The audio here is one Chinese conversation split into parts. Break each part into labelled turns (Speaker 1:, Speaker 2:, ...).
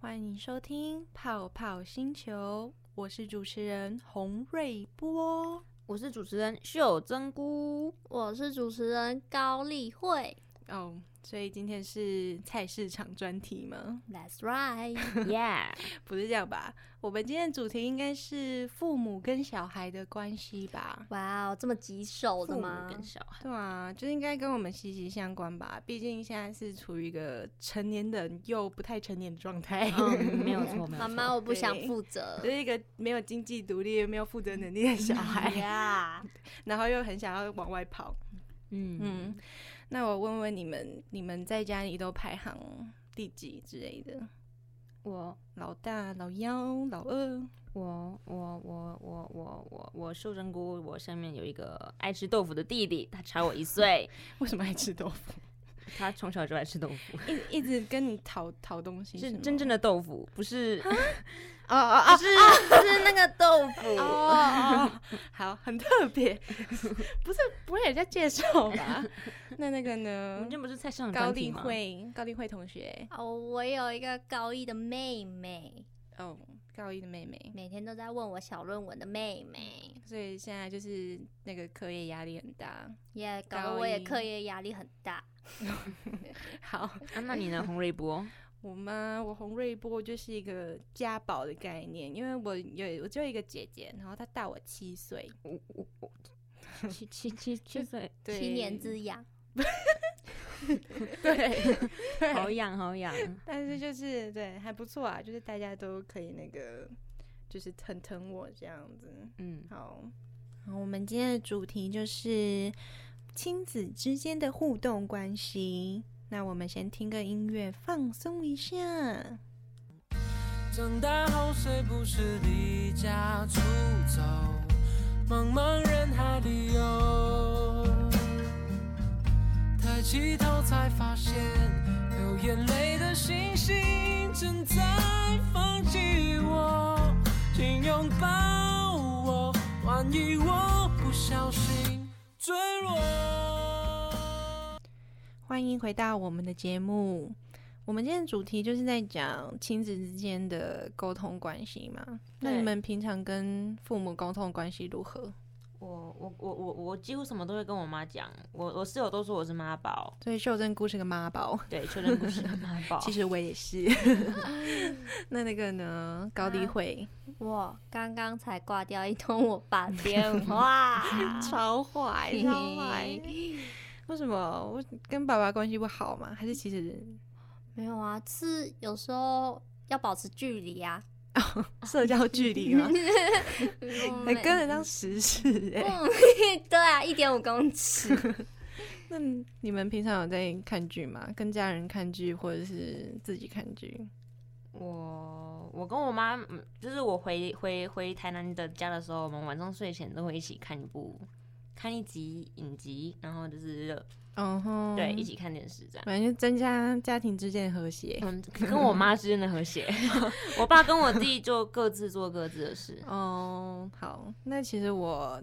Speaker 1: 欢迎收听《泡泡星球》，我是主持人洪瑞波。
Speaker 2: 我是主持人秀珍 菇，
Speaker 3: 我是主持人高丽慧
Speaker 1: 哦，所以今天是菜市场专题吗？
Speaker 3: ，That's right，
Speaker 2: 耶！
Speaker 1: 不是这样吧？我们今天的主题应该是父母跟小孩的关系吧？
Speaker 3: 哇哦，这么棘手
Speaker 2: 父
Speaker 3: 的
Speaker 2: 母
Speaker 3: 吗？
Speaker 2: 跟小孩，
Speaker 1: 对啊，就应该跟我们息息相关吧。毕竟现在是处于一个成年人又不太成年的状态。
Speaker 2: 嗯，没有错，没有错。
Speaker 3: 妈妈，我不想
Speaker 1: 对
Speaker 3: 负责
Speaker 1: 就是一个没有经济独立、没有负责能力的小 孩，
Speaker 3: 哎呀。
Speaker 1: 然后又很想要往外跑。
Speaker 2: 嗯，
Speaker 1: 嗯，那我问问你们，你们在家里都排行第几之类的？
Speaker 2: 我
Speaker 1: 老大、老幺、老二，
Speaker 2: 我我我我我我我秀珍菇，我上面有一个爱吃豆腐的弟弟，他差我一 岁，
Speaker 1: 为什么爱吃豆腐？
Speaker 2: 他从小就爱吃豆腐，
Speaker 1: 一一直跟你讨讨东西
Speaker 2: 是
Speaker 1: 吗
Speaker 2: 真正的豆腐，不 是
Speaker 1: 哦哦
Speaker 2: 不是
Speaker 3: 是那个豆腐，
Speaker 1: 哦哦，哦好，很特别， 不是不会人家介绍吧？那那个
Speaker 2: 我
Speaker 1: 呢
Speaker 2: 们？这不是菜市场
Speaker 1: 高
Speaker 2: 专题
Speaker 1: 丽
Speaker 2: 吗？
Speaker 1: 慧，高丽慧同学，
Speaker 3: 哦，我有一个高一的妹妹，
Speaker 1: 哦，高一的妹妹，
Speaker 3: 每天都在问我小论文的妹妹，
Speaker 1: 所以现在就是那个课业压力很大。
Speaker 3: 也搞
Speaker 1: 高
Speaker 3: 得我也
Speaker 1: 一
Speaker 3: 课业压力很大。
Speaker 1: 好，
Speaker 2: 啊，那你呢，洪瑞波？
Speaker 1: 我妈，我洪瑞波就是一个家宝的概念，因为我有我只有一个姐姐，然后她大我七岁，
Speaker 2: 我我我 七七七七 岁，
Speaker 1: 对
Speaker 3: 七年之痒，
Speaker 1: 对，
Speaker 2: 好痒好 痒，
Speaker 1: 但是就是对还不错啊，就是大家都可以那个，就是很疼我这样子。
Speaker 2: 嗯，
Speaker 1: 好，好，我们今天的主题就是亲子之间的互动关系。那我们先听个音乐放松一下。
Speaker 4: 长大后谁不是离家出走，茫茫人海里游，抬起头才发现，流眼泪的星星正在放弃我，请拥抱我，万一我不小心坠落。
Speaker 1: 欢迎回到我们的节目。我们今天的主题就是在讲亲子之间的沟通关系嘛。那
Speaker 2: 对
Speaker 1: 你们平常跟父母沟通关系如何？
Speaker 2: 我我我我我几乎什么都会跟我妈讲，我我室友都说我是妈宝，
Speaker 1: 所以秀珍姑是个妈宝，
Speaker 2: 对，确认不是个妈 宝。
Speaker 1: 其实我也是。 那那个呢？高丽慧、
Speaker 3: 我刚刚才挂掉一通我爸电 话，
Speaker 1: 啊超坏
Speaker 3: 嘿
Speaker 1: 超坏。
Speaker 3: 嘿
Speaker 1: 为什么我跟爸爸关系不好嘛？还是其实
Speaker 3: 没有啊，是有时候要保持距离啊，
Speaker 1: 社交距离 嘛？还
Speaker 3: 嗯哎跟
Speaker 1: 跟得上时事哎、
Speaker 3: 嗯， 对啊，一点五公尺。
Speaker 1: 那你们平常有在看剧吗？跟家人看剧，或者是自己看剧？
Speaker 2: 我我跟我妈，嗯就是我回回回台南的家的时候，我们晚上睡前都会一起看一部，看一集影集，然后就是、
Speaker 1: 嗯哼，
Speaker 2: 对一起看电视这样。
Speaker 1: 反正就增加家庭之间的和谐。
Speaker 2: 嗯，跟我妈之间的和谐， 我爸跟我弟就各自做各自的事。
Speaker 1: 哦、好，那其实我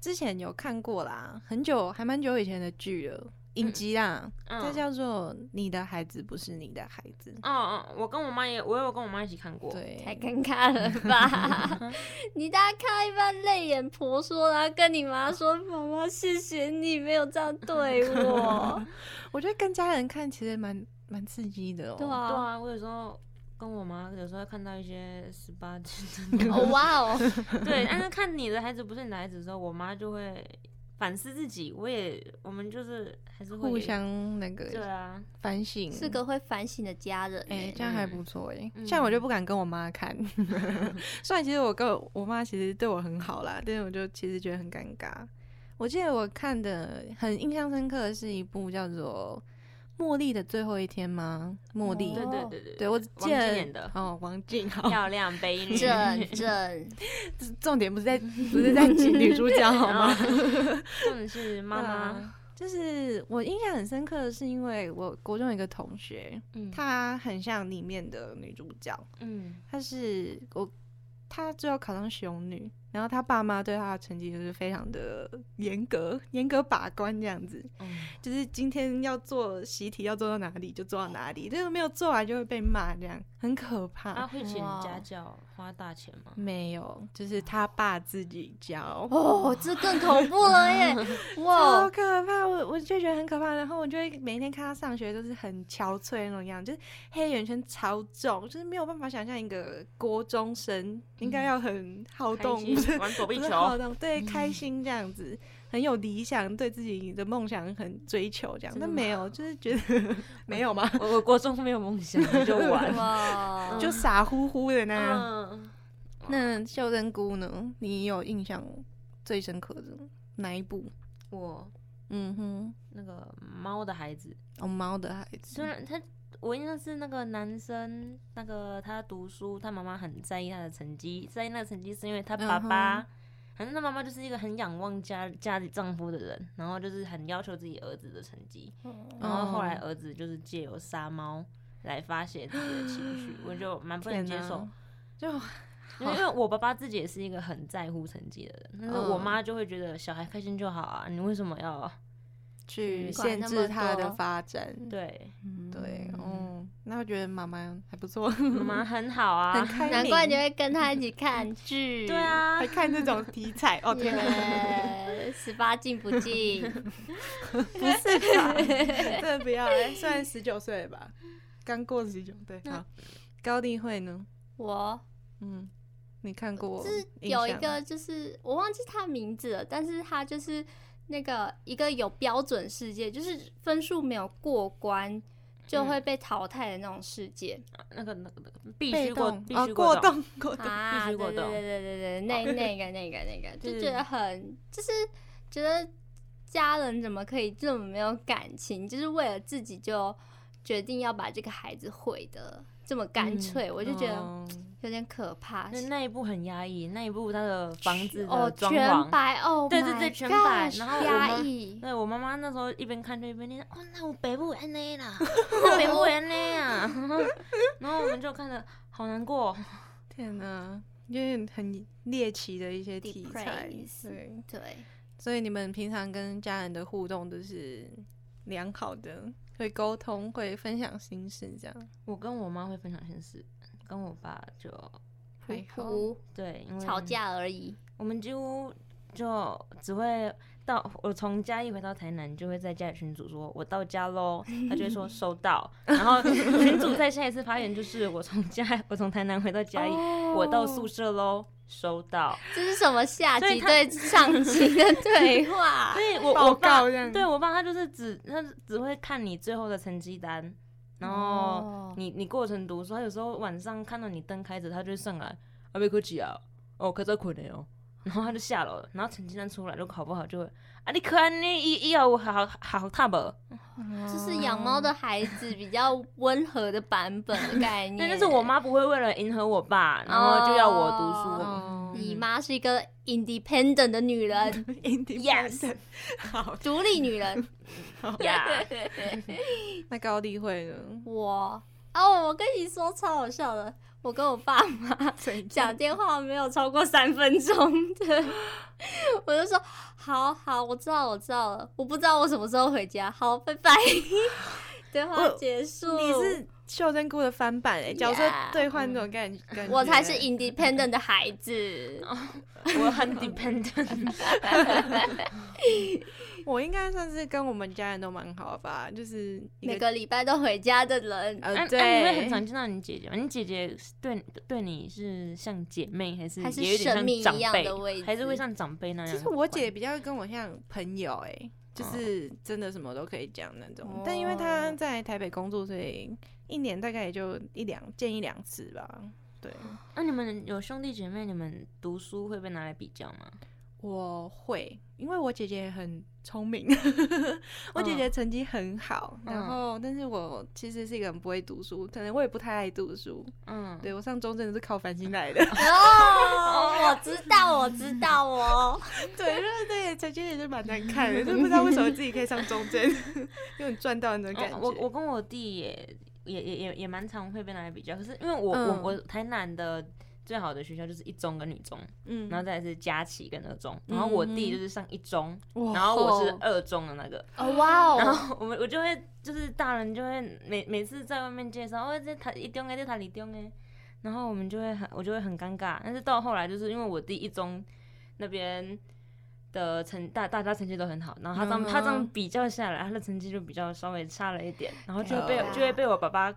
Speaker 1: 之前有看过啦，很久还蛮久以前的剧了，影集啦，
Speaker 2: 嗯
Speaker 1: 这叫做《你的孩子不是你的孩子》。
Speaker 2: 嗯嗯，我跟我妈也，我有跟我妈一起看过。
Speaker 3: 太
Speaker 1: 对，
Speaker 3: 尴尬了吧？你大家看到一半泪眼婆娑，然后跟你妈说：“妈妈，谢谢你没有这样对我。
Speaker 1: 我觉得跟家人看其实蛮蛮刺激的哦”。
Speaker 3: 对
Speaker 2: 对
Speaker 3: 啊，
Speaker 2: 啊，我有时候跟我妈，有时候看到一些十八 禁的
Speaker 3: 哦哇哦，
Speaker 2: 对，但是看你的孩子不是你的孩子的时候，我妈就会反思自己。我也，我们就是还是会
Speaker 1: 互相那
Speaker 2: 对
Speaker 1: 个
Speaker 2: 啊，
Speaker 1: 反省，
Speaker 3: 是个会反省的家人
Speaker 1: 哎、
Speaker 3: 欸。
Speaker 1: 这样还
Speaker 2: 嗯
Speaker 1: 不错哎、像我就不敢跟我妈看， 虽然其实我跟我我妈其实对我很好啦，但是我就其实觉得很尴尬。我记得我看的很印象深刻的是一部叫做《茉莉的最后一天》吗？茉莉，
Speaker 2: 对
Speaker 3: 哦
Speaker 2: 对对
Speaker 1: 对
Speaker 2: 对，
Speaker 1: 我记
Speaker 2: 王静
Speaker 1: 得
Speaker 2: 演的
Speaker 1: 哦，王 静好，
Speaker 2: 漂亮美女，
Speaker 3: 正正，
Speaker 1: 重点不是在不是在指女主角好 吗？
Speaker 2: 重点是哦妈
Speaker 1: 对啊
Speaker 2: 妈，
Speaker 1: 就是我印象很深刻的是，因为我国中有一个同学，
Speaker 2: 嗯
Speaker 1: 她很像里面的女主角，
Speaker 2: 嗯
Speaker 1: 她是我，她最后考上雄女，然后他爸妈对他的成绩就是非常的严格，严格把关这样子，
Speaker 2: 嗯
Speaker 1: 就是今天要做习题要做到哪里就做到哪里，但是没有做完就会被骂，这样很可怕。
Speaker 2: 他会请
Speaker 3: 哇
Speaker 2: 家教花大钱吗？
Speaker 1: 没有，就是他爸自己教。
Speaker 3: 哦，这更恐怖了耶！
Speaker 1: 好
Speaker 3: 哇，
Speaker 1: 可怕！我我就觉得很可怕，然后我就会每天看他上学都是很憔悴那种样，就是黑眼圈超重，就是没有办法想象一个国中生应该要很好动，
Speaker 2: 嗯开心
Speaker 1: 不是
Speaker 2: 玩躲避
Speaker 1: 不
Speaker 2: 球
Speaker 1: 是，好动，对，开心这样子，很有理想，对自己的梦想很追求这样，
Speaker 2: 真的
Speaker 1: 但
Speaker 2: 吗
Speaker 1: 没有，就是觉 得没有吗？
Speaker 2: 我我国中没有梦想就 玩，
Speaker 3: 哇，
Speaker 1: 就傻乎乎的那样。
Speaker 2: 嗯，
Speaker 1: 那袖珍菇呢？你有印象最深刻的哪一部？
Speaker 2: 我
Speaker 1: 嗯哼，
Speaker 2: 那个猫的孩子，
Speaker 1: 哦，猫的孩子
Speaker 2: 虽。然他我印象是那个男生，那个他读书，他妈妈很在意他的成绩，在意那个成绩是因为他爸爸，
Speaker 1: 嗯
Speaker 2: 反正他妈妈就是一个很仰望家家里丈夫的人，然后就是很要求自己儿子的成绩，然后后来
Speaker 1: 哦
Speaker 2: 儿子就是借由杀猫来发泄自己的情绪，我就蛮不能接
Speaker 1: 天哪
Speaker 2: 受。
Speaker 1: 就
Speaker 2: 因为因为我爸爸自己也是一个很在乎成绩的人，但是
Speaker 1: 嗯
Speaker 2: 我妈就会觉得小孩开心就好啊，你为什么要
Speaker 1: 去
Speaker 3: 去管
Speaker 1: 限
Speaker 3: 那
Speaker 1: 制
Speaker 3: 么
Speaker 1: 他的
Speaker 3: 多
Speaker 1: 发展。
Speaker 2: 对
Speaker 1: 对，哦，那我觉得妈妈还不 错，
Speaker 2: 妈妈很好
Speaker 1: 很
Speaker 2: 啊？
Speaker 1: 开明，
Speaker 3: 难怪你会跟他一起看剧。
Speaker 2: 对，啊
Speaker 1: 还，看这种题材。哦 天哪，
Speaker 3: 耶，十八禁不禁？
Speaker 1: 不是 吧？真的不要哎，虽然十九岁了吧，刚过十九，对，好。高丽慧呢？
Speaker 3: 我
Speaker 1: 嗯，你看过？
Speaker 3: 就是有一个，就是我忘记他名字了，但是他就是那个一个有标准世界，就是分数没有过关
Speaker 2: 嗯
Speaker 3: 就会被淘汰的那种世界、
Speaker 2: 那个那个那个必
Speaker 1: 被
Speaker 2: 须过
Speaker 1: 动
Speaker 2: 必
Speaker 1: 哦
Speaker 2: 须，
Speaker 1: 过
Speaker 2: 动，
Speaker 1: 动过动，
Speaker 3: 啊！
Speaker 2: 必
Speaker 3: 对
Speaker 2: 须过
Speaker 3: 对对
Speaker 2: 动
Speaker 3: 对对 对，那那个那个那个，就
Speaker 2: 对
Speaker 3: 觉得很就是觉得家人怎么可以这么没有感情，就是为了自己就决定要把这个孩子毁的这么干脆，我就觉得
Speaker 1: 哦
Speaker 3: 有点可怕。
Speaker 2: 嗯那那一部很压抑，那一部他的房子
Speaker 3: 哦，
Speaker 2: 的装
Speaker 3: 全
Speaker 2: 潢。
Speaker 3: 白哦，
Speaker 2: 对对对全白然后我
Speaker 3: 压
Speaker 2: 妈
Speaker 3: 抑，
Speaker 2: 对我妈妈那时候一边看就一边念，哦，那我北部 N A 啦，那北部 N A 啊， 然后我们就看着好难过，哦
Speaker 1: 天哪，有点很猎奇的一些题材，
Speaker 3: Depraised
Speaker 1: 对。
Speaker 3: 对，
Speaker 1: 所以你们平常跟家人的互动都是良好的，会沟通，会分享心事，这样
Speaker 2: 我跟我妈会分享心事，跟我爸就
Speaker 1: 还好。
Speaker 3: 哭
Speaker 2: 对，因为
Speaker 3: 吵架而已。
Speaker 2: 我们几乎就只会到我从嘉义回到台南，就会在家里群主说我到家喽，他就会说收到，然后群主在下一次发言就是我从家 我从台南回到嘉义，我到宿舍喽，收到。
Speaker 3: 这是什么下
Speaker 2: 所
Speaker 3: 级
Speaker 2: 以他
Speaker 3: 对上级的对话
Speaker 2: 所？以我
Speaker 1: 报
Speaker 2: 我爸
Speaker 1: 告这样
Speaker 2: 对我爸他就是只他只会看你最后的成绩单，然后
Speaker 3: 哦
Speaker 2: 你你过程读书，他有时候晚上看到你灯开着，他就会上来，啊被科技啊，哦开在困了哦，然后他就下楼了，然后成绩单出来，如果考不好就会啊你可能你以以后有好好好踏步，啊
Speaker 3: 就是养猫的孩子比较温和的版本的概念。
Speaker 2: 但就是我妈不会为了迎合我爸，然后就要我读书。
Speaker 1: 哦
Speaker 2: 嗯
Speaker 3: 你妈是一个 independent 的女人，
Speaker 1: ，independent。好，
Speaker 2: 哦
Speaker 3: 独立女人。
Speaker 1: 哦
Speaker 2: 呀，
Speaker 1: 那高丽慧呢？
Speaker 3: 我哦，我跟你说超好笑的，我跟我爸妈讲电话没有超过三分钟的， 我就说好好，我知道我知道了，我不知道我什么时候回家，好，拜 拜。电话
Speaker 1: 我
Speaker 3: 结束。
Speaker 1: 你是袖珍菇的翻版哎、角色
Speaker 3: Yeah
Speaker 1: 兑换这种感感觉，
Speaker 3: 我才是 independent 的孩子。
Speaker 2: 我很 dependent，
Speaker 1: 我应该算是跟我们家人都蛮好吧，就是一
Speaker 3: 每个礼拜都回家的人，
Speaker 2: 啊
Speaker 1: 呃
Speaker 2: 啊你会
Speaker 1: 对
Speaker 2: 很，常见到你姐姐吗？你姐姐是对对你是像姐妹，还是
Speaker 3: 还是
Speaker 2: 也有
Speaker 3: 神明
Speaker 2: 点
Speaker 3: 一
Speaker 2: 像长
Speaker 3: 样
Speaker 2: 辈
Speaker 3: 的位置
Speaker 2: 还是会像长辈那样？
Speaker 1: 其实我姐比较跟我像朋友哎、就是
Speaker 2: 哦
Speaker 1: 真的什么都可以讲那种。但因为她
Speaker 3: 哦
Speaker 1: 在台北工作，所以一年大概也就一两见一两次吧。 对，
Speaker 2: 那、你们有兄弟姐妹，你们读书会被拿来比较吗？
Speaker 1: 我会，因为我姐姐很聪明， 我姐姐成绩很好，然
Speaker 2: 嗯
Speaker 1: 后但是我其实是一个很不会读书，可能我也不太爱读书。
Speaker 2: 嗯，
Speaker 1: 对我上中正是靠繁星来的，
Speaker 3: 哦，我知道，我知道哦。
Speaker 1: 对，就是对成绩也是蛮难看的，就不知道为什么自己可以上中正， 有点赚到那种感觉。
Speaker 2: 哦我我跟我弟也也也也也蛮常会被拿来比较，可是因为我、
Speaker 1: 嗯
Speaker 2: 我我台南的最好的学校就是一中跟女中，
Speaker 1: 嗯
Speaker 2: 然后再来是佳琪跟二中，然后我弟
Speaker 3: 嗯
Speaker 2: 就是上一中，
Speaker 1: 哇
Speaker 2: 然后我是
Speaker 1: 吼
Speaker 2: 二中的那个，
Speaker 3: 哦哇
Speaker 2: 然
Speaker 3: 哦，
Speaker 2: 后我们我就会就是大人就会每每次在外面介绍，哦，这他一中哎，这他里中哎，然后我们就会很我就会很尴尬。但是到后来就是因为我弟一中那边的成大大家成绩都很好，然后他这样、
Speaker 1: 嗯哼
Speaker 2: 他这样比较下来，他的成绩就比较稍微差了一点，然后就会被、
Speaker 1: 对啊
Speaker 2: 就会被我爸爸，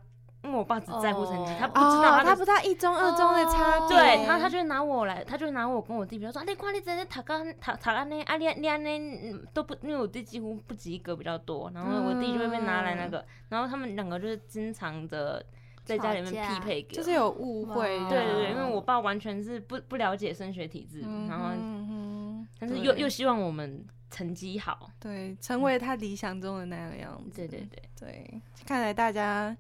Speaker 2: 因为我爸只在乎成绩，
Speaker 3: 哦
Speaker 2: 他不知道
Speaker 1: 哦，
Speaker 2: 他
Speaker 1: 他
Speaker 2: 的。
Speaker 1: 不知道一中二中的差
Speaker 3: 哦
Speaker 1: 别，
Speaker 2: 对他，他就会拿我来，他就会拿我跟我弟比如说，啊你看你真的读到读读安尼，啊你你安尼都不，因为我弟几乎不及格比较多，然后我弟就会被拿来那个，然后他们两个就是经常的在家里面
Speaker 3: 吵架
Speaker 2: 匹配给我，
Speaker 1: 就是有误会，啊
Speaker 3: 哇
Speaker 2: 对对对，因为我爸完全是不不了解升学体制，
Speaker 1: 嗯
Speaker 2: 然后
Speaker 1: 哼哼
Speaker 2: 但是又
Speaker 1: 对
Speaker 2: 又希望我们成绩好，
Speaker 1: 对成为他理想中的那个样子，
Speaker 2: 对对对，
Speaker 1: 对，看来大家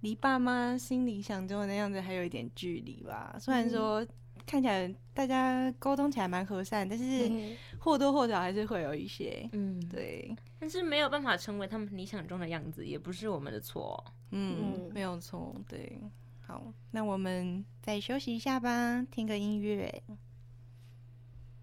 Speaker 1: 离爸妈心里想中的那样子还有一点距离吧。虽
Speaker 3: 嗯
Speaker 1: 然说看起来大家沟通起来蛮和善，但是
Speaker 3: 嗯
Speaker 1: 或多或少还是会有一些。
Speaker 2: 嗯，
Speaker 1: 对，
Speaker 2: 但是没有办法成为他们理想中的样子，也不是我们的错哦、
Speaker 1: 嗯，
Speaker 3: 嗯
Speaker 1: 没有错，对。好，那我们再休息一下吧，听个音乐。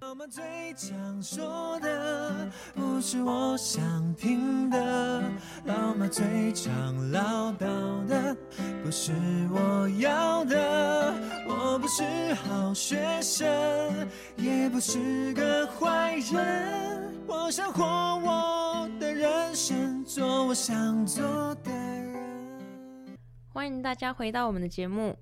Speaker 4: 我们最常说的，不是我想听的；老妈最常唠叨的，不是我要的。我不是好学生，也不是个坏人。我想活我的人生，做我想做的人。
Speaker 2: 欢迎大家回到我们的节目。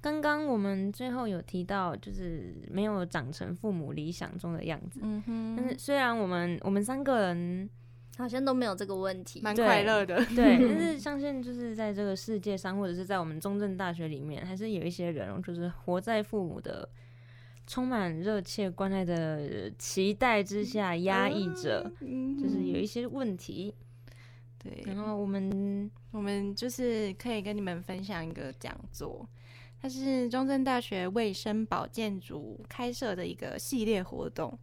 Speaker 2: 刚刚我们最后有提到，就是没有长成父母理想中的样子。
Speaker 1: 嗯
Speaker 2: 但是
Speaker 1: 哼，
Speaker 2: 虽然我们我们三个人
Speaker 3: 好像都没有这个问题。
Speaker 1: 蛮快乐的。
Speaker 2: 对，但是相信就是在这个世界上，或者是在我们中正大学里面，还是有一些人就是活在父母的充满热切关爱的期待之下，压抑着，
Speaker 1: 嗯
Speaker 2: 就是有一些问题。
Speaker 1: 对，
Speaker 2: 然后我们嗯
Speaker 1: 我们就是可以跟你们分享一个讲座，它是中正大学卫生保健组开设的一个系列活动。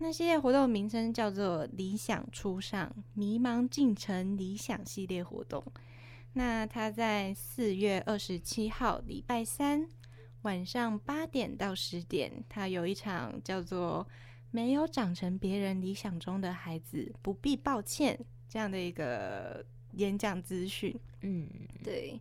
Speaker 1: 那系列活动名称叫做“理想初上迷茫进程理想系列活动”。那它在四月二十七号礼拜三晚上八点到十点，它有一场叫做“没有长成别人理想中的孩子不必抱歉”这样的一个演讲资讯。
Speaker 2: 嗯，
Speaker 1: 对，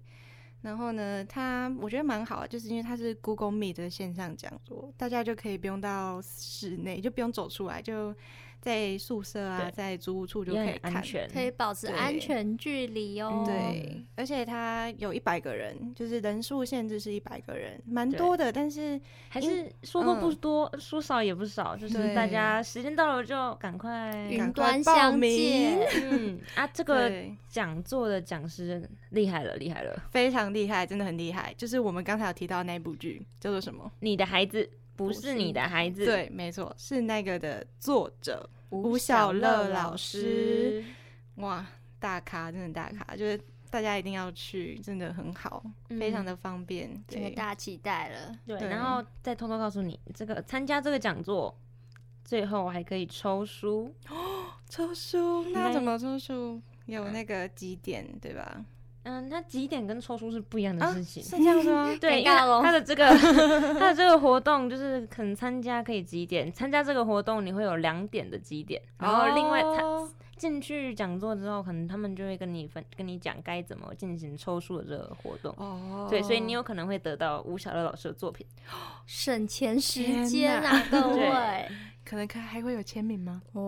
Speaker 1: 然后呢，它我觉得蛮好的，啊就是因为它是 Google Meet 的线上讲座，大家就可以不用到室内，就不用走出来，就在宿舍啊，
Speaker 2: 对
Speaker 1: 在租屋处就
Speaker 2: 也
Speaker 1: 可以
Speaker 2: 很
Speaker 1: 看
Speaker 2: 安。全，
Speaker 3: 可以保持
Speaker 1: 对嗯
Speaker 3: 安全距离哦。
Speaker 1: 对，而且它有一百个人，就是人数限制是一百个人，蛮多的。但是
Speaker 2: 还
Speaker 1: 因嗯
Speaker 2: 是说多不多，说少也不少，就是
Speaker 1: 对嗯
Speaker 2: 大家时间到了就赶快。
Speaker 3: 云
Speaker 1: 赶快
Speaker 3: 端
Speaker 1: 报
Speaker 3: 相
Speaker 1: 名
Speaker 3: 见
Speaker 2: 嗯啊， 这个
Speaker 1: 对，
Speaker 2: 讲座的讲师厉害了，厉害了！
Speaker 1: 非常厉害，真的很厉害。就是我们刚才有提到那部剧叫做什么？
Speaker 2: 你的孩子不是
Speaker 1: 是
Speaker 2: 你的孩子，，
Speaker 1: 对，没错，是那个的作者
Speaker 2: 吴
Speaker 1: 吴
Speaker 2: 小
Speaker 1: 小
Speaker 2: 乐
Speaker 1: 乐
Speaker 2: 老
Speaker 1: 老
Speaker 2: 师
Speaker 1: 师。哇，大咖，真的大咖，就是大家一定要去，真的很好，非常的方便。
Speaker 3: 这个
Speaker 1: 对，
Speaker 3: 大期待了。
Speaker 2: 嗯对，
Speaker 1: 对
Speaker 2: 然后再偷偷告诉你，这个参加这个讲座，最后还可以抽书，
Speaker 1: 抽书
Speaker 2: 那
Speaker 1: 那怎么抽书？有那个几点对吧？
Speaker 2: 嗯，那几点跟抽书是不一样的事情。
Speaker 1: 啊是这样子吗？
Speaker 2: 对，因
Speaker 3: 尴
Speaker 2: 为
Speaker 3: 尬咯
Speaker 2: 他的这个他的这个活动就是肯参加可以几点，参加这个活动你会有两点的几点， 然后另外他
Speaker 1: 哦
Speaker 2: 进去讲座之后，可能他们就会跟你分跟你讲该怎么进行抽书的这个活动。
Speaker 1: 哦，
Speaker 2: 对，所以你有可能会得到吴小乐老师的作品。
Speaker 3: 省钱时
Speaker 1: 天
Speaker 3: 间
Speaker 1: 哪
Speaker 3: 啊，各
Speaker 2: 对
Speaker 3: 位
Speaker 1: 可能可还会有签名吗？
Speaker 3: 哦，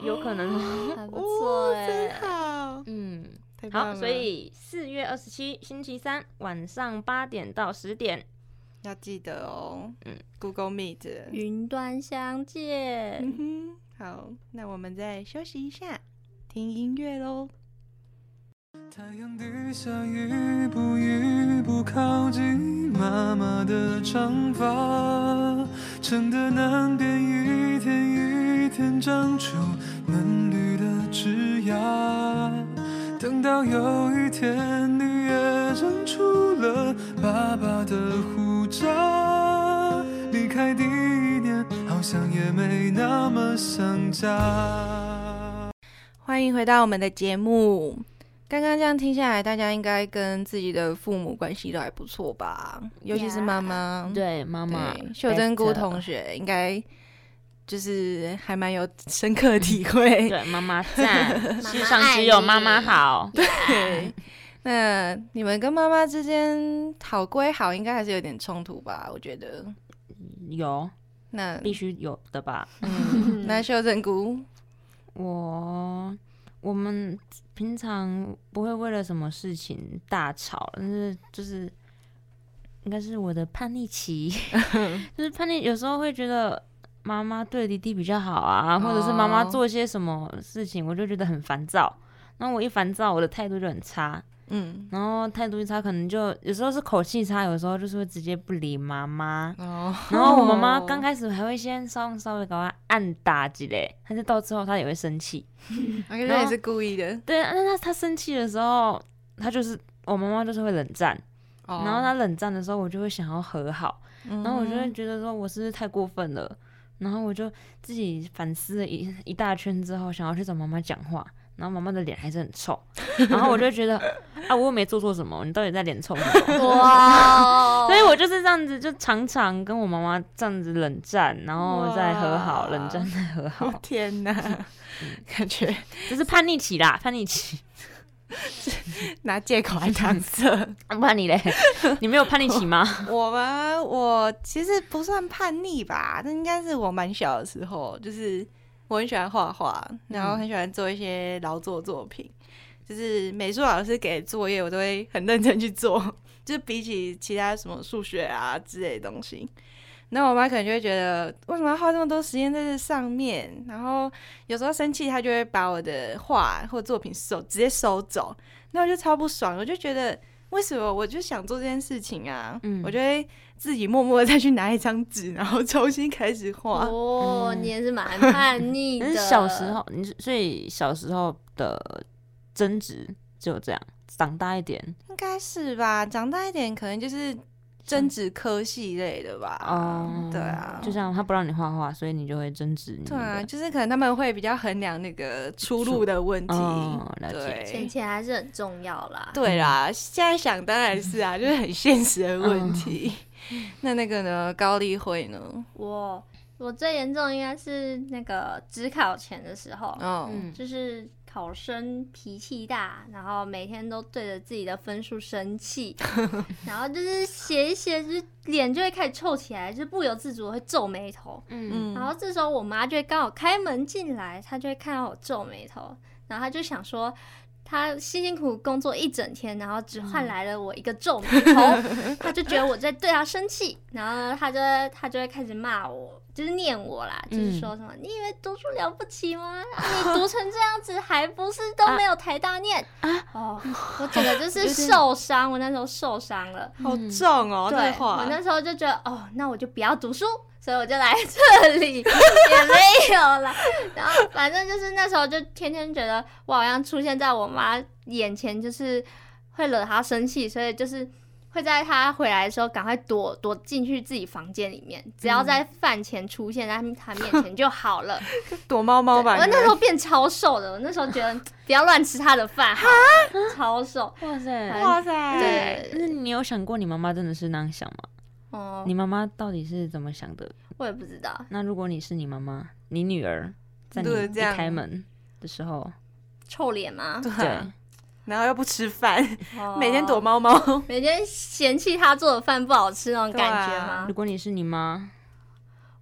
Speaker 2: 哦，有可能。
Speaker 3: 还不错
Speaker 1: 哦，真
Speaker 3: 哎。
Speaker 1: 好，
Speaker 2: 嗯，
Speaker 1: 太棒
Speaker 2: 呃好，
Speaker 1: 了
Speaker 2: 所以四月二十七星期三晚上八点到十点，
Speaker 1: 要记得哦。
Speaker 2: 嗯
Speaker 1: 嗯，Google Meet。
Speaker 3: 云端相见，
Speaker 1: 嗯哼，好，那我们再休息一下，听音乐喽。
Speaker 4: 太阳底下一步一步靠近，妈妈的长发衬得南边一天一天长出嫩绿的枝芽。等到有一天你也长出了爸爸的胡渣，离开第一年，好像也没那么想家。
Speaker 1: 欢迎回到我们的节目。刚刚这样听下来，大家应该跟自己的父母关系都还不错吧？尤其是妈妈
Speaker 2: 对妈妈
Speaker 1: 对秀珍姑
Speaker 2: better
Speaker 1: 同学应该就是还蛮有深刻体会。
Speaker 2: 对妈妈
Speaker 1: 嗯
Speaker 2: 赞，
Speaker 3: 妈
Speaker 2: 世
Speaker 3: 妈
Speaker 2: 上
Speaker 3: 爱
Speaker 2: 只有
Speaker 3: 你
Speaker 2: 妈妈好。
Speaker 1: 对，那你们跟妈妈之间好归好，应该还是有点冲突吧？我觉得。
Speaker 2: 有
Speaker 1: 那
Speaker 2: 必须有的吧？
Speaker 1: 嗯，那修正菇，
Speaker 2: 我我们平常不会为了什么事情大吵，但是就是应该是我的叛逆期，就是叛逆，有时候会觉得。妈妈对弟弟比较好啊，或者是妈妈
Speaker 1: 哦
Speaker 2: 做些什么事情，我就觉得很烦躁。那我一烦躁，我的态度就很差，
Speaker 1: 嗯，
Speaker 2: 然后态度一差，可能就有时候是口气差，有时候就是会直接不理妈妈。
Speaker 1: 哦，
Speaker 2: 然后我妈妈刚开始还会先稍稍微给我按打几嘞，但是到最后她也会生气。
Speaker 1: 我觉得啊也是故意的，
Speaker 2: 对，但是她她生气的时候，她就是我妈妈就是会冷战，然后她冷战的时候，我就会想要和好，
Speaker 1: 哦嗯，
Speaker 2: 然后我就会觉得说我是不是太过分了，然后我就自己反思了一一大圈之后，想要去找妈妈讲话。然后妈妈的脸还是 很臭，然后我就觉得啊，我又没做错什么，你到底在脸臭什 么？
Speaker 1: 哦
Speaker 3: 哇，哦
Speaker 2: 所以我就是这样子，就常常跟我妈妈这样子冷战，然后再和好，
Speaker 1: 哇
Speaker 2: 冷战再和
Speaker 1: 哦
Speaker 2: 好，
Speaker 1: 天哪，感觉
Speaker 2: 这是叛逆期 啦，叛逆期。
Speaker 1: 拿借口来搪塞。
Speaker 2: 啊不然 你嘞，你没有叛逆期吗？
Speaker 1: 我吗？我其实不算叛逆吧，那应该是我蛮小的时候，就是我很喜欢画画，然后很喜欢做一些劳作作品，就是美术老师给作业，我都会很认真去做， 就是比起其他什么数学啊之类的东西。那我妈可能就会觉得，为什么要花这么多时间在这上面？然后有时候生气，她就会把我的画或作品收，直接收走。那我就超不爽，我就觉得为什么我就想做这件事情啊？
Speaker 2: 嗯
Speaker 1: 我就会自己默默的再去拿一张纸，然后重新开始画。
Speaker 3: 哦，
Speaker 2: 嗯
Speaker 3: 你也是蛮叛
Speaker 2: 你
Speaker 3: 逆
Speaker 1: 嗯
Speaker 2: 是
Speaker 3: 的。
Speaker 2: 小时候，你是所以小时候的争执只有这样，长大一点
Speaker 1: 应该是吧？长大一点，可能就是争执科系类的吧。
Speaker 2: 哦，
Speaker 1: 对啊，
Speaker 2: 就像他不让你画画，所以你就会争执你的。
Speaker 1: 对啊，就是可能他们会比较衡量那个出路的问题。
Speaker 2: 哦，了解。嗯
Speaker 3: 钱
Speaker 1: 对，
Speaker 3: 钱还是很重要啦。
Speaker 1: 对啦，现在想当然是啊，就是很现实的问题。
Speaker 2: 嗯
Speaker 1: 那那个呢？高丽慧呢？
Speaker 3: 我我最严重应该是那个只考前的时候，
Speaker 1: 哦，
Speaker 2: 嗯，
Speaker 3: 就是考生脾气大，然后每天都对着自己的分数生气，然后就是写一写，就是脸就会开始臭起来，就是不由自主地会皱眉头。
Speaker 2: 嗯
Speaker 3: 然后这时候我妈就会刚好开门进来，她就会看到我皱眉头，然后她就想说，她辛辛苦苦工作一整天，然后只换来了我一个皱眉头，她就觉得我在对她生气，然后呢，她就会她就会开始骂我，就是念我啦，就是说什么、你以为读书了不起吗？啊你读成这样子还不是都没有台大念啊？哦，我整个就
Speaker 1: 有
Speaker 3: 是
Speaker 1: 点
Speaker 3: 受伤，我那时候受伤了。
Speaker 1: 好重哦，这
Speaker 3: 对，
Speaker 1: 话
Speaker 3: 我。那时候就觉得，哦，那我就不要读书，所以我就来 这里也没有啦。然后反正就是那时候就天天觉得我好像出现在我妈眼前，就是会惹她生气，所以就是。会在她回来的时候赶快躲躲进去自己房间里面，
Speaker 1: 嗯
Speaker 3: 只要在饭前出现在她面前就 好了。
Speaker 1: 躲猫猫吧。
Speaker 3: 我
Speaker 1: 你
Speaker 3: 那
Speaker 1: 们
Speaker 3: 时候变超瘦的，我那时候觉 得不要乱吃她的饭，好了超瘦。
Speaker 2: 哇塞，
Speaker 1: 哇塞，
Speaker 3: 对，
Speaker 2: 那你有想过你妈妈真的是那样想吗？
Speaker 3: 哦、
Speaker 2: 你妈妈到底是怎么想的？
Speaker 3: 我也不知道，
Speaker 2: 那如果你是你妈妈，你女儿在你
Speaker 1: 如果
Speaker 2: 一
Speaker 1: 这样
Speaker 2: 开门的时候，
Speaker 3: 臭脸吗？
Speaker 1: 对
Speaker 2: 对
Speaker 1: 啊，然后又不吃饭，
Speaker 3: 哦
Speaker 1: 每天躲猫猫，
Speaker 3: 每天嫌弃他做的饭不好吃那种感觉吗？
Speaker 2: 如果你是你妈，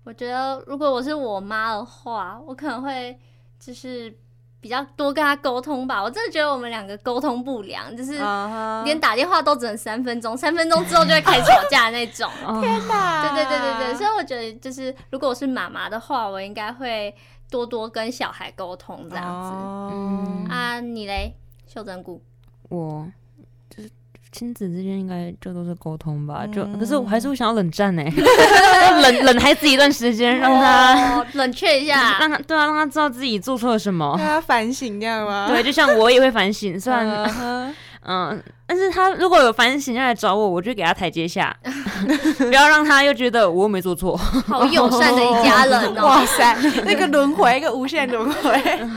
Speaker 3: 我觉得如果我是我妈的话，我可能会就是比较多跟他沟通吧。我真的觉得我们两个沟通不良，就是
Speaker 1: 啊哈
Speaker 3: 连打电话都只能三分钟，三分钟之后就会开始吵架那种。
Speaker 2: 哦，
Speaker 3: 对对对对对，所以我觉得就是如果我是妈妈的话，我应该会多多跟小孩沟通这样子。
Speaker 1: 哦
Speaker 2: 嗯
Speaker 3: 啊，你嘞，秀珍菇，
Speaker 2: 我就是亲子之间应该就都是沟通吧，就
Speaker 1: 嗯
Speaker 2: 可是我还是会想要冷战 呢，冷冷孩子一段时间，让他
Speaker 3: 哦冷却一下，
Speaker 2: 让他对啊，让他知道自己做错了什么
Speaker 1: 让。他反省这样 吗？
Speaker 2: 对，就像我也会反省，虽然
Speaker 1: 嗯哼，
Speaker 2: 嗯，但是他如果有反省要来找我，我就给他台阶下， 不要让他又觉得我又没做错。
Speaker 3: 好友善的一家人哦。
Speaker 1: 哇塞，那个轮回，一个无限轮回。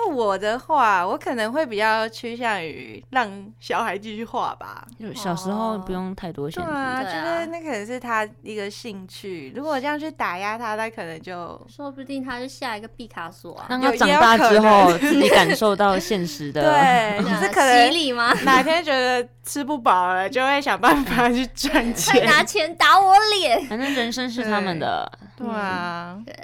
Speaker 1: 那我的话，我可能会比较趋向于让小孩继续画吧。
Speaker 2: 就小时候不用太多限
Speaker 1: 对
Speaker 2: 制，
Speaker 1: 啊，
Speaker 3: 对
Speaker 1: 觉
Speaker 3: 啊
Speaker 1: 得那可能是他一个兴趣。如果这样去打压他，他可能就
Speaker 3: 说不定他是下一个毕卡索啊，
Speaker 2: 让
Speaker 1: 有
Speaker 2: 他
Speaker 1: 也
Speaker 2: 长
Speaker 1: 有
Speaker 2: 大
Speaker 1: 可
Speaker 2: 之后
Speaker 1: 能
Speaker 2: 自己感受到现实 的。
Speaker 1: 对，
Speaker 3: 对
Speaker 1: 就
Speaker 3: 啊
Speaker 1: 是可能
Speaker 3: 洗礼 吗？
Speaker 1: 哪天觉得吃不饱了，就会想办法去赚
Speaker 3: 快
Speaker 1: 钱。
Speaker 3: 拿钱打我脸！
Speaker 2: 反正人生是他们的，
Speaker 1: 对啊，
Speaker 3: 嗯对，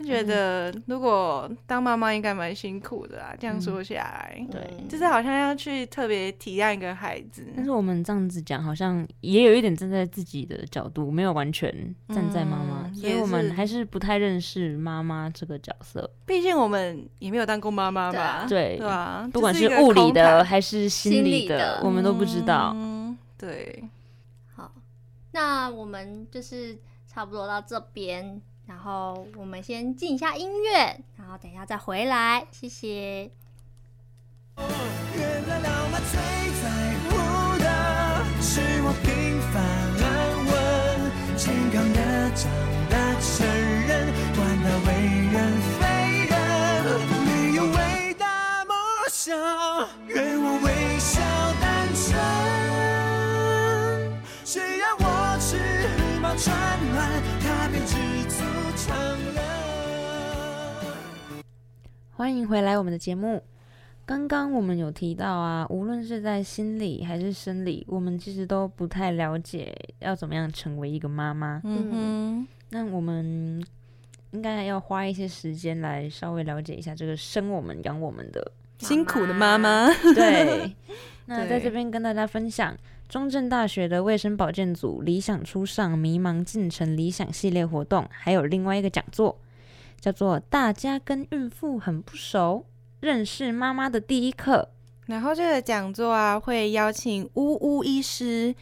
Speaker 1: 就觉得如果当妈妈应该蛮辛苦的啊。这样说下来，
Speaker 2: 对
Speaker 3: 嗯
Speaker 1: 就是好像要去特别体谅一个孩子。
Speaker 2: 但是我们这样子讲，好像也有一点站在自己的角度，没有完全站在妈妈，
Speaker 1: 嗯
Speaker 2: 所以
Speaker 1: 也
Speaker 2: 我们
Speaker 1: 是
Speaker 2: 还是不太认识妈妈这个角色。
Speaker 1: 毕竟我们也没有当过妈妈
Speaker 3: 对
Speaker 1: 吧
Speaker 3: 啊？
Speaker 2: 对
Speaker 1: 对啊，
Speaker 2: 不管
Speaker 1: 就是
Speaker 2: 是
Speaker 1: 一个
Speaker 2: 物理
Speaker 1: 空谈
Speaker 2: 的，还是心
Speaker 3: 心
Speaker 2: 理
Speaker 3: 理
Speaker 2: 的
Speaker 3: 的，
Speaker 2: 我们都不知道。
Speaker 1: 嗯对，
Speaker 3: 好，那我们就是差不多到这边，然后我们先进一下音乐，然后等一下再回来，谢谢。
Speaker 4: 原谅了吗？最在乎的是我平凡安稳，健康的长大成人，管他为人非人，没有伟大梦想，愿我微笑单纯，只要我吃饱穿暖，他便知足常乐。
Speaker 2: 欢迎回来我们的节目。刚刚我们有提到啊，无论是在心理还是生理，我们其实都不太了解要怎么样成为一个妈妈。
Speaker 1: 嗯
Speaker 2: 那我们应该要花一些时间来稍微了解一下这个生我们养我们的
Speaker 1: 哼，辛苦的妈妈，
Speaker 2: 对，那在
Speaker 1: 对
Speaker 2: 这边跟大家分享，中正大学的卫生保健组“理想初上迷茫进程理想”系列活动，还有另外一个讲座，叫做“大家跟孕妇很不熟，认识妈妈的第一课
Speaker 1: 然后这个讲座啊，会邀请呜呜医师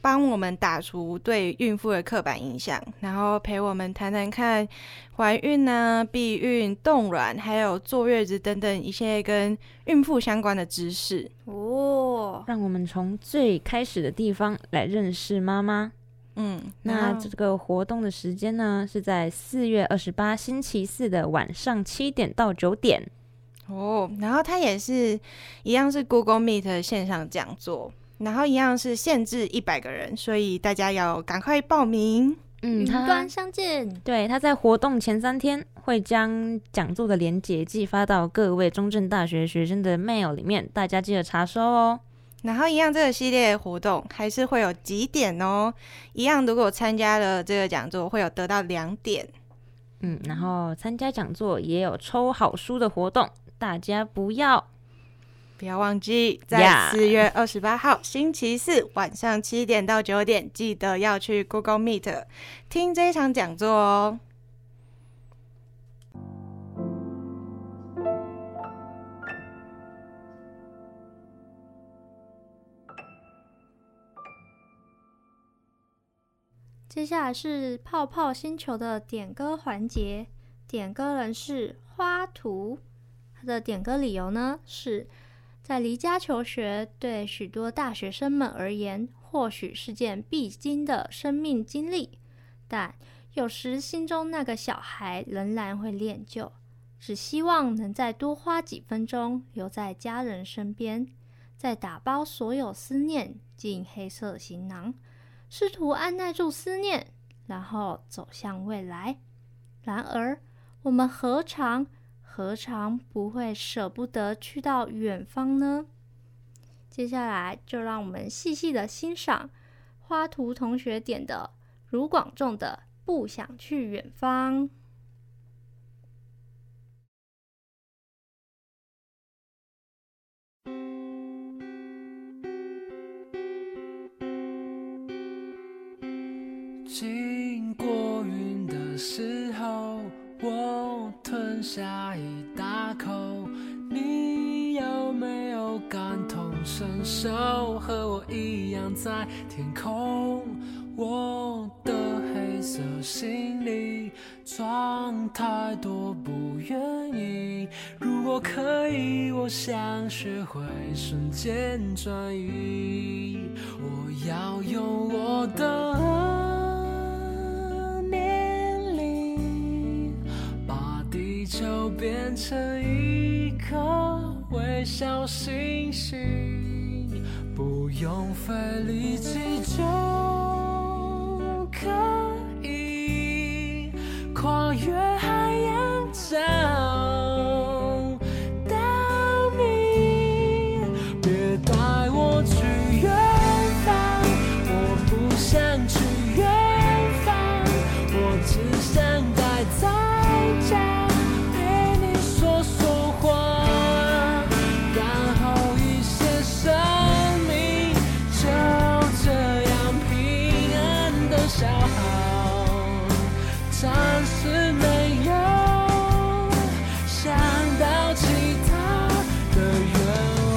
Speaker 1: 帮我们打除对孕妇的刻板印象，然后陪我们谈谈看怀孕啊、避孕、冻卵，还有坐月子等等一些跟孕妇相关的知识。
Speaker 3: 哦”，，
Speaker 2: 让我们从最开始的地方来认识妈妈。
Speaker 1: 嗯，
Speaker 2: 那
Speaker 1: 然后
Speaker 2: 这个活动的时间呢，是在四月二十八星期四的晚上七点到九点。
Speaker 1: 哦，然后它也是一样是 Google Meet 的线上讲座。然后一样是限制一百个人，所以大家要赶快报名。
Speaker 2: 嗯，
Speaker 3: 云
Speaker 2: 它
Speaker 3: 端相见，
Speaker 2: 对，他在活动前三天会将讲座的连结寄发到各位中正大学学生的 mail 里面，大家记得查收哦。
Speaker 1: 然后一样，这个系列活动还是会有几点哦。一样，如果参加了这个讲座，会有得到两点。
Speaker 2: 嗯，然后参加讲座也有抽好书的活动，大家不要
Speaker 1: 不要忘记，在
Speaker 2: Yeah
Speaker 1: 四月二十八号星期四晚上七点到九点，记得要去 Google Meet 听这一场讲座哦。
Speaker 3: 接下来是泡泡星球的点歌环节，点歌人是花图，他的点歌理由呢是在离家求学，对许多大学生们而言，或许是件必经的生命经历，但有时心中那个小孩仍然会恋旧，只希望能再多花几分钟留在家人身边，再打包所有思念进黑色行囊。试图按耐住思念，然后走向未来。然而，我们何尝何尝不会舍不得去到远方呢？接下来就让我们细细的欣赏花图同学点的卢广仲的《不想去远方》。
Speaker 4: 经过云的时候，我吞下一大口。你有没有感同身受？和我一样在天空，我的黑色心里装太多不愿意。如果可以，我想学会瞬间转移。我要用我的年龄，把地球变成一颗微小星星，不用费力气就可以跨越海洋找到你。别带我去远方，我不想去远方，我只想待在家，陪你说说话，然后一些生命就这样平安的消耗，暂时没有。想到其他的愿望。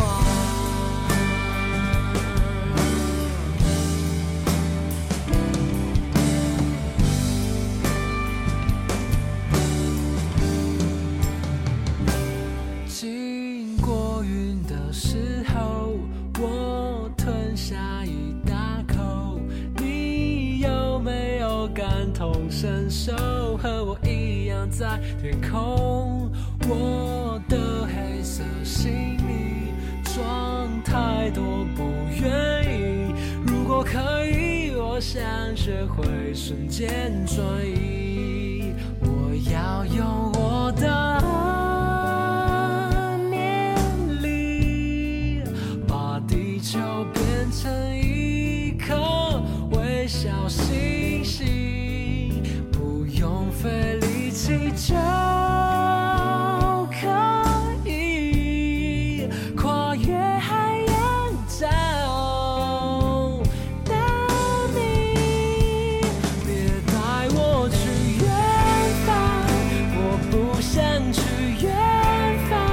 Speaker 4: 经过云的时候，我吞下一大口。你有没有感同身受？和我一样在天空，我的黑色行李装太多不愿意。如果可以，我想学会瞬间转移。我要用我的。念力，把地球变成一颗微小星星，不用费力气就可以跨越海洋哦找到你。别带我去远方，我不想去远方，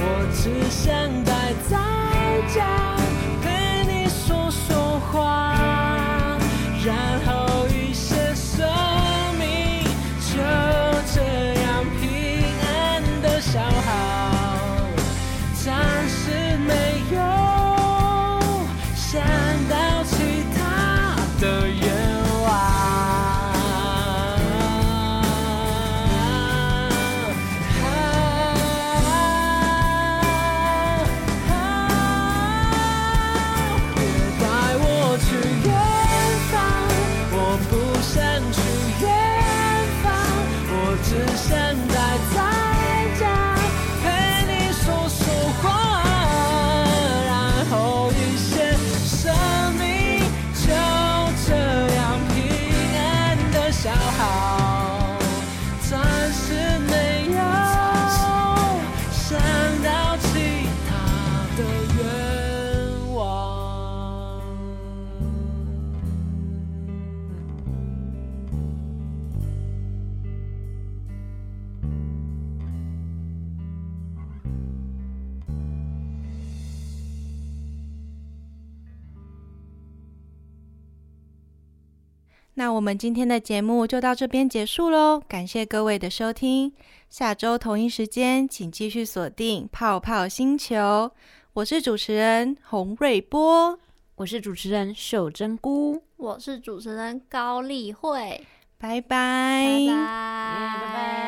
Speaker 4: 我只想待在家，陪你说说话，然后一些生命就这样平安的消耗，暂时没有想到其他的愿望。别带我去远方，我不想去远方，我只想待在家，陪你说说话，然后一些生命就这样平安的消耗，暂时没有想到其他的愿望。
Speaker 1: 那我们今天的节目就到这边结束喽，感谢各位的收听。下周同一时间，请继续锁定泡泡星球。我是主持人洪瑞波，
Speaker 2: 我是主持人秀珍菇，
Speaker 3: 我是主持人高丽慧，
Speaker 1: 拜拜，
Speaker 3: 拜拜，
Speaker 2: 嗯拜拜。